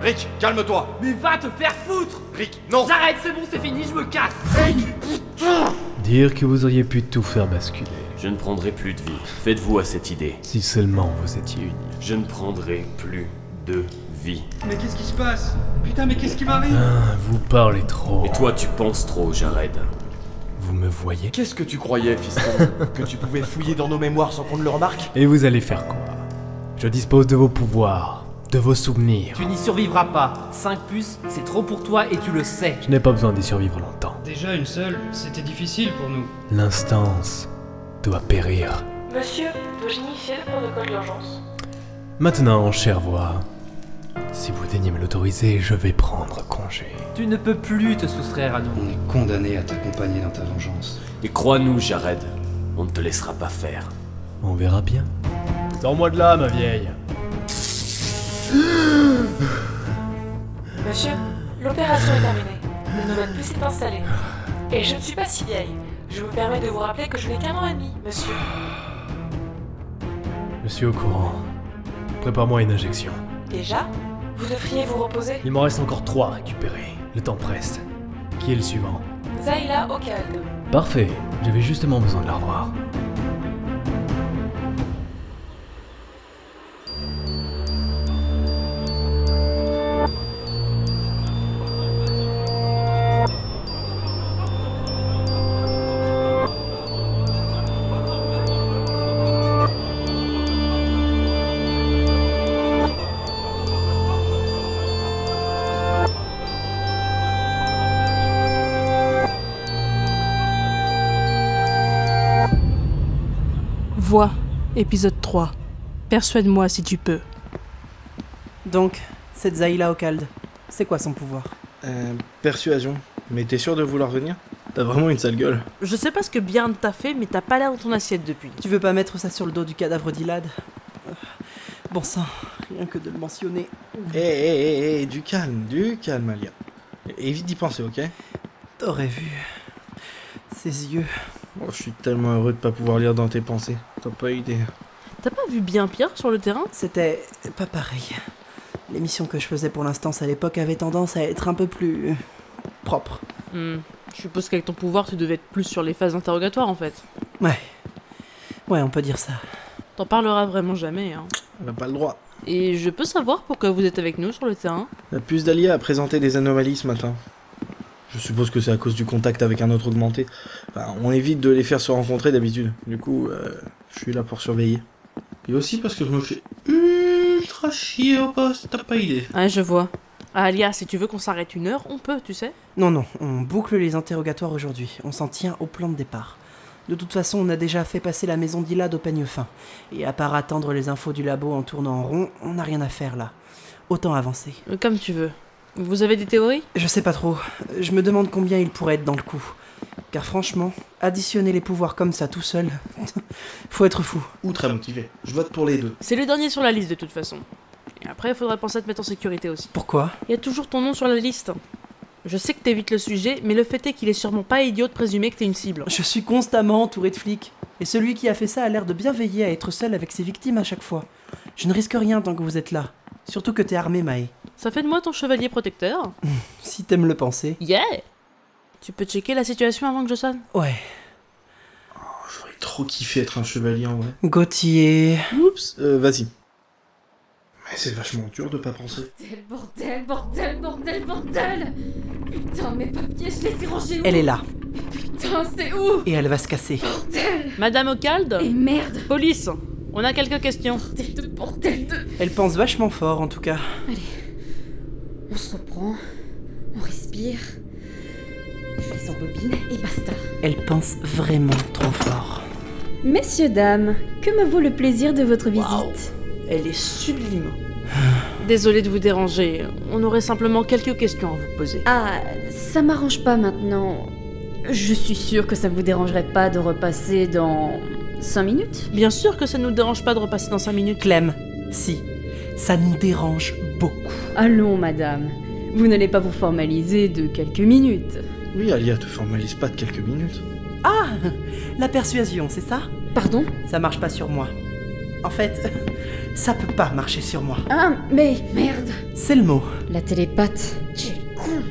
Rick, calme-toi Mais va te faire foutre Rick, non J'arrête, c'est bon, c'est fini, je me casse Dire que vous auriez pu tout faire basculer. Je ne prendrai plus de vie. Faites-vous à cette idée. Si seulement vous étiez unis. Je ne prendrai plus de vie. Mais qu'est-ce qui se passe Putain, mais qu'est-ce qui m'arrive Ah, vous parlez trop. Et toi, tu penses trop, Jared. Vous me voyez Qu'est-ce que tu croyais, fiston Que tu pouvais fouiller dans nos mémoires sans qu'on ne le remarque Et vous allez faire quoi Je dispose de vos pouvoirs, de vos souvenirs. Tu n'y survivras pas. 5 puces, c'est trop pour toi et tu le sais. Je n'ai pas besoin d'y survivre longtemps. Déjà une seule, c'était difficile pour nous. L'instance doit périr. Monsieur, dois-je initier le protocole d'urgence Maintenant, chère voix, si vous daignez me l'autoriser, je vais prendre congé. Tu ne peux plus te soustraire à nous. On est condamné à t'accompagner dans ta vengeance. Et crois-nous, Jared, on ne te laissera pas faire. On verra bien. Sors-moi de là, ma vieille. Monsieur, l'opération est terminée. Le domaine plus est installé. Et je ne suis pas si vieille. Je me permets de vous rappeler que je n'ai qu'un an et demi, monsieur. Je suis au courant. Prépare-moi une injection. Déjà, vous devriez vous reposer. Il m'en reste encore trois à récupérer. Le temps presse. Qui est le suivant Zaila Okaldo. Parfait, j'avais justement besoin de la revoir. Voix, épisode 3. Persuade-moi si tu peux. Donc, cette Zaïla Ocald, c'est quoi son pouvoir Euh, persuasion. Mais t'es sûr de vouloir venir T'as vraiment une sale gueule. Je sais pas ce que Björn t'a fait, mais t'as pas l'air dans ton assiette depuis. Tu veux pas mettre ça sur le dos du cadavre d'Ilad Euh, Bon sang, rien que de le mentionner. Hé, hé, hé, hé, eh, du calme, du calme, Alia. É- Évite d'y penser, ok T'aurais vu. Ses yeux. Oh, Je suis tellement heureux de pas pouvoir lire dans tes pensées. T'as pas idée. T'as pas vu bien pire sur le terrain C'était pas pareil. L'émission que je faisais pour l'instant à l'époque avait tendance à être un peu plus. propre. Hmm, Je suppose qu'avec ton pouvoir, tu devais être plus sur les phases d'interrogatoire en fait. Ouais. Ouais, on peut dire ça. T'en parleras vraiment jamais, hein. On n'a pas le droit. Et je peux savoir pourquoi vous êtes avec nous sur le terrain La puce d'Alia a présenté des anomalies ce matin. Je suppose que c'est à cause du contact avec un autre augmenté. Enfin, on évite de les faire se rencontrer d'habitude. Du coup, euh, je suis là pour surveiller. Et aussi parce que je me fais ultra chier au poste, t'as pas idée. Ah, je vois. Ah, Alia, si tu veux qu'on s'arrête une heure, on peut, tu sais. Non, non, on boucle les interrogatoires aujourd'hui. On s'en tient au plan de départ. De toute façon, on a déjà fait passer la maison d'Ilad au peigne fin. Et à part attendre les infos du labo en tournant en rond, on n'a rien à faire là. Autant avancer. Euh, Comme tu veux. Vous avez des théories Je sais pas trop. Je me demande combien il pourrait être dans le coup. Car franchement, additionner les pouvoirs comme ça tout seul, faut être fou. Ou très motivé. Je vote pour les deux. C'est le dernier sur la liste de toute façon. Et après, il faudrait penser à te mettre en sécurité aussi. Pourquoi Il y a toujours ton nom sur la liste. Je sais que t'évites le sujet, mais le fait est qu'il est sûrement pas idiot de présumer que t'es une cible. Je suis constamment entouré de flics. Et celui qui a fait ça a l'air de bien veiller à être seul avec ses victimes à chaque fois. Je ne risque rien tant que vous êtes là. Surtout que t'es armé, Mae. Ça fait de moi ton chevalier protecteur Si t'aimes le penser. Yeah Tu peux checker la situation avant que je sonne Ouais. Oh, J'aurais trop kiffé être un chevalier en vrai. Gauthier. Oups, euh, vas-y. Mais c'est vachement dur de pas penser. Bordel, bordel, bordel, bordel, bordel Putain, mes papiers, je les ai rangés où Elle est là. Putain, c'est où Et elle va se casser. Bordel Madame Ocalde Et merde Police On a quelques questions. Bordel de bordel de... Elle pense vachement fort en tout cas. On se reprend, on respire, je les embobine et basta. Elle pense vraiment trop fort. Messieurs, dames, que me vaut le plaisir de votre visite Waouh. Elle est sublime. Désolée de vous déranger, on aurait simplement quelques questions à vous poser. Ah, ça m'arrange pas maintenant. Je suis sûre que ça vous dérangerait pas de repasser dans... 5 minutes Bien sûr que ça nous dérange pas de repasser dans 5 minutes. Clem, si. Ça nous dérange beaucoup. Allons, madame. Vous n'allez pas vous formaliser de quelques minutes. Oui, Alia, te formalise pas de quelques minutes. Ah La persuasion, c'est ça Pardon Ça marche pas sur moi. En fait, ça peut pas marcher sur moi. Ah, mais merde C'est le mot. La télépathe. Quel con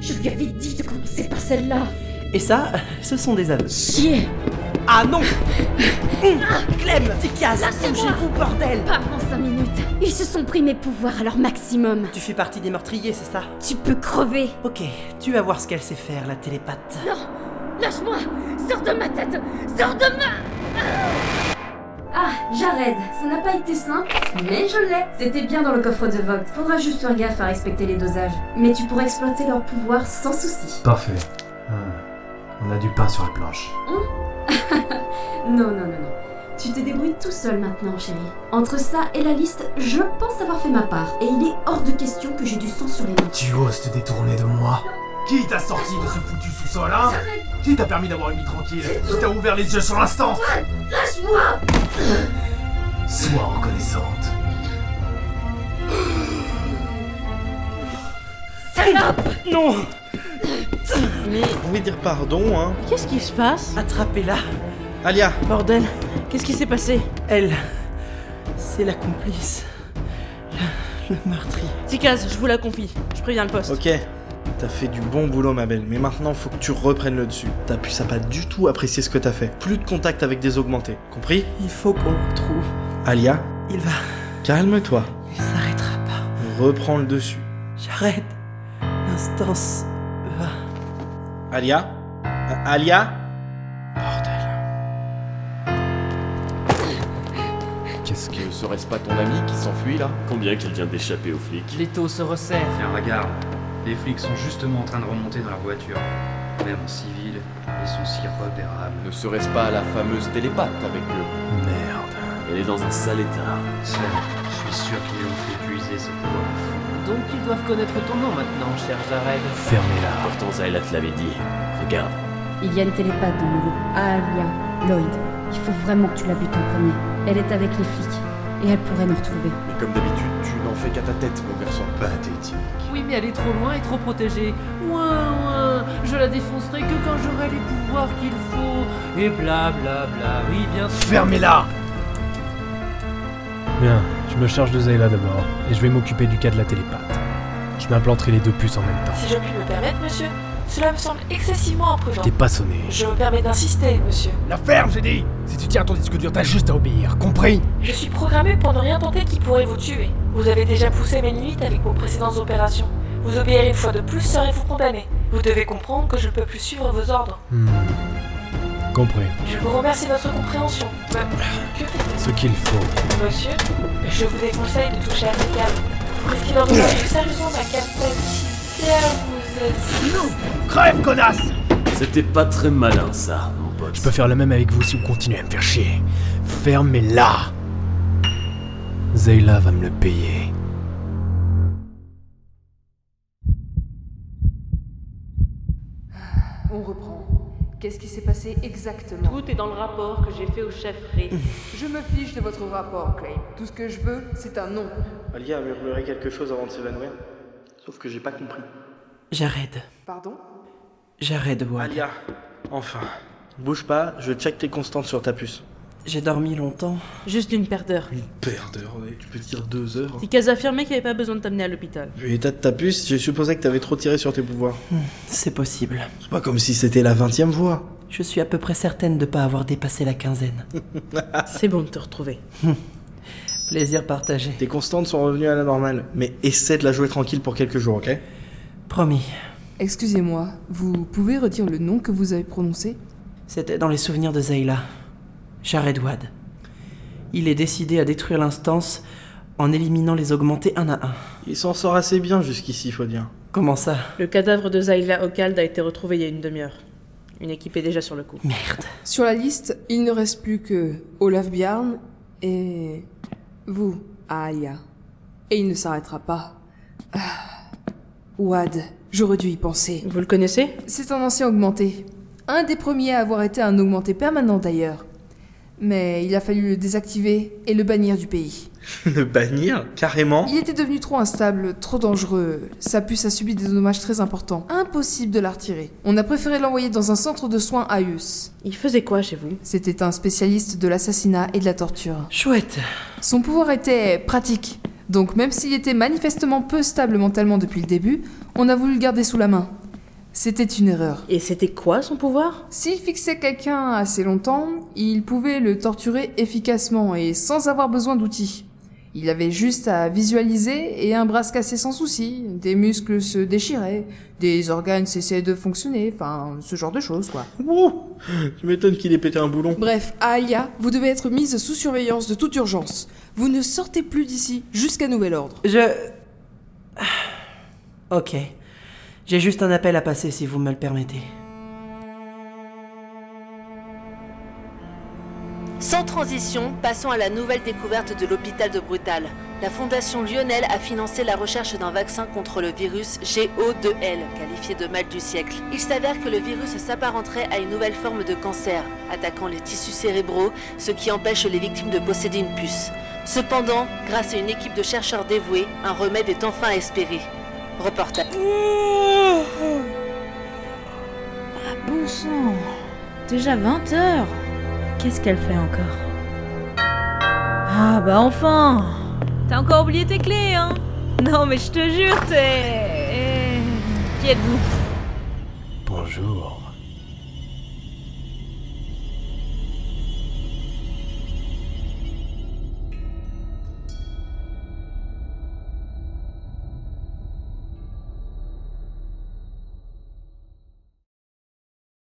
Je lui avais dit de commencer par celle-là. Et ça, ce sont des aveux. Chier Ah non Hum, Clem, Tikias, Lâchez-moi bougez-vous, bordel Pas avant 5 minutes. Ils se sont pris mes pouvoirs à leur maximum. Tu fais partie des meurtriers, c'est ça Tu peux crever. Ok, tu vas voir ce qu'elle sait faire, la télépathe. Non Lâche-moi Sors de ma tête Sors de ma... Ah, Jared, ça n'a pas été simple, mais je l'ai. C'était bien dans le coffre de Vogt. Faudra juste faire gaffe à respecter les dosages. Mais tu pourras exploiter leur pouvoir sans souci. Parfait. Hum. Hmm. On a du pain sur la planche. Non, non, non, non. Tu te débrouilles tout seul maintenant, chérie. Entre ça et la liste, je pense avoir fait ma part. Et il est hors de question que j'ai du sang sur les mains. Tu oses te détourner de moi Qui t'a sorti de ce foutu sous-sol, hein Qui t'a permis d'avoir une vie tranquille Qui t'a ouvert les yeux sur l'instant Lâche-moi Sois reconnaissante. Salope Non Mais Vous pouvez dire pardon, hein qu'est-ce qui se passe Attrapez-la Alia Bordel, qu'est-ce qui s'est passé Elle, c'est la complice. Le, le meurtrier. Tikaz, je vous la confie. Je préviens le poste. Ok. T'as fait du bon boulot, ma belle, mais maintenant faut que tu reprennes le dessus. T'as pu ça pas du tout apprécier ce que t'as fait. Plus de contact avec des augmentés, compris Il faut qu'on le retrouve. Alia, Il va... calme-toi. Il s'arrêtera pas. Reprends le dessus. J'arrête. L'instance va... Alia A- Alia Bordel. Qu'est-ce que. Ne serait-ce pas ton ami qui s'enfuit là Combien qu'il vient d'échapper aux flics Les taux se resserrent. Tiens, regarde. Les flics sont justement en train de remonter dans leur voiture. Même en civil, ils sont si repérables. Ne serait-ce pas la fameuse télépathe avec euh, eux Merde. Elle est dans un sale état. Tiens, je suis sûr qu'ils ont fait puiser ce pouvoir. Donc ils doivent connaître ton nom maintenant, cher Jared. Fermez-la. Pourtant, Zayla te l'avait dit. Regarde. Il y a une télépathe dans le lot. Alia, Lloyd. Il faut vraiment que tu la butes en premier. Elle est avec les flics. Et elle pourrait nous retrouver. Mais comme d'habitude, tu n'en fais qu'à ta tête, mon garçon. Pathétique. Oui, mais elle est trop loin et trop protégée. Ouin, ouin, je la défoncerai que quand j'aurai les pouvoirs qu'il faut. Et blablabla, oui, bien sûr. Fermez-la Bien, je me charge de Zayla d'abord, et je vais m'occuper du cas de la télépathe. Je m'implanterai les deux puces en même temps. Si je puis me permettre, monsieur, cela me semble excessivement imprudent. T'es pas sonné. Je me permets d'insister, monsieur. La ferme, j'ai dit Si tu tiens ton disque dur, t'as juste à obéir, compris Je suis programmé pour ne rien tenter qui pourrait vous tuer. Vous avez déjà poussé mes limites avec vos précédentes opérations. Vous obéir une fois de plus serez-vous condamné. Vous devez comprendre que je ne peux plus suivre vos ordres. Hum. Hmm. Compris. Je vous remercie de votre compréhension. Me- Que faites-vous Ce qu'il faut. Monsieur, je vous déconseille de toucher à ces câbles. Vous risquez d'envisager sérieusement ma capacité à vous aider. Crève, connasse C'était pas très malin ça, mon pote. Je peux faire le même avec vous si vous continuez à me faire chier. Fermez-la Zayla va me le payer. On reprend. Qu'est-ce qui s'est passé exactement Tout est dans le rapport que j'ai fait au chef Ray. Je me fiche de votre rapport, Clay. Tout ce que je veux, c'est un nom. Alia a murmuré quelque chose avant de s'évanouir. Sauf que j'ai pas compris. J'arrête. Pardon J'arrête, Wad. Alia Enfin. Bouge pas, je check tes constantes sur ta puce. J'ai dormi longtemps. Juste une paire d'heures. Une paire d'heures, ouais, tu peux dire deux heures. Tikaz affirmait qu'il n'y avait pas besoin de t'amener à l'hôpital. Vu l'état de ta puce, j'ai supposé que t'avais trop tiré sur tes pouvoirs. C'est possible. C'est pas comme si c'était la vingtième fois. Je suis à peu près certaine de pas avoir dépassé la quinzaine. C'est bon de te retrouver. Plaisir partagé. Tes constantes sont revenues à la normale, mais essaie de la jouer tranquille pour quelques jours, ok Promis. Excusez-moi, vous pouvez redire le nom que vous avez prononcé C'était dans les souvenirs de Zayla. Jared Wad. Il est décidé à détruire l'instance en éliminant les augmentés un à un. Il s'en sort assez bien jusqu'ici, faut dire. Comment ça Le cadavre de Zayla Okald a été retrouvé il y a une demi-heure. Une équipe est déjà sur le coup. Merde. Sur la liste, il ne reste plus que Olaf Bjarn et vous, Aya. Et il ne s'arrêtera pas. Ah. Wad, j'aurais dû y penser. Vous le connaissez C'est un ancien augmenté. Un des premiers à avoir été un augmenté permanent d'ailleurs. mais il a fallu le désactiver et le bannir du pays. Le bannir Carrément Il était devenu trop instable, trop dangereux. Sa puce a subi des dommages très importants. Impossible de la retirer. On a préféré l'envoyer dans un centre de soins à Us. Il faisait quoi chez vous C'était un spécialiste de l'assassinat et de la torture. Chouette. Son pouvoir était pratique. Donc même s'il était manifestement peu stable mentalement depuis le début, on a voulu le garder sous la main. C'était une erreur. Et c'était quoi son pouvoir S'il fixait quelqu'un assez longtemps, il pouvait le torturer efficacement et sans avoir besoin d'outils. Il avait juste à visualiser et un bras se cassait sans souci, des muscles se déchiraient, des organes cessaient de fonctionner, enfin ce genre de choses quoi. Ouh Tu m'étonnes qu'il ait pété un boulon. Bref, à Alia, vous devez être mise sous surveillance de toute urgence. Vous ne sortez plus d'ici jusqu'à nouvel ordre. Je. Ok. J'ai juste un appel à passer si vous me le permettez. Sans transition, passons à la nouvelle découverte de l'hôpital de Brutal. La Fondation Lionel a financé la recherche d'un vaccin contre le virus GO2L, qualifié de mal du siècle. Il s'avère que le virus s'apparenterait à une nouvelle forme de cancer, attaquant les tissus cérébraux, ce qui empêche les victimes de posséder une puce. Cependant, grâce à une équipe de chercheurs dévoués, un remède est enfin espéré. Reportage. Bon sang Déjà 20h Qu'est-ce qu'elle fait encore Ah bah enfin T'as encore oublié tes clés, hein Non mais je te jure, t'es... eh, Qui êtes-vous Bonjour.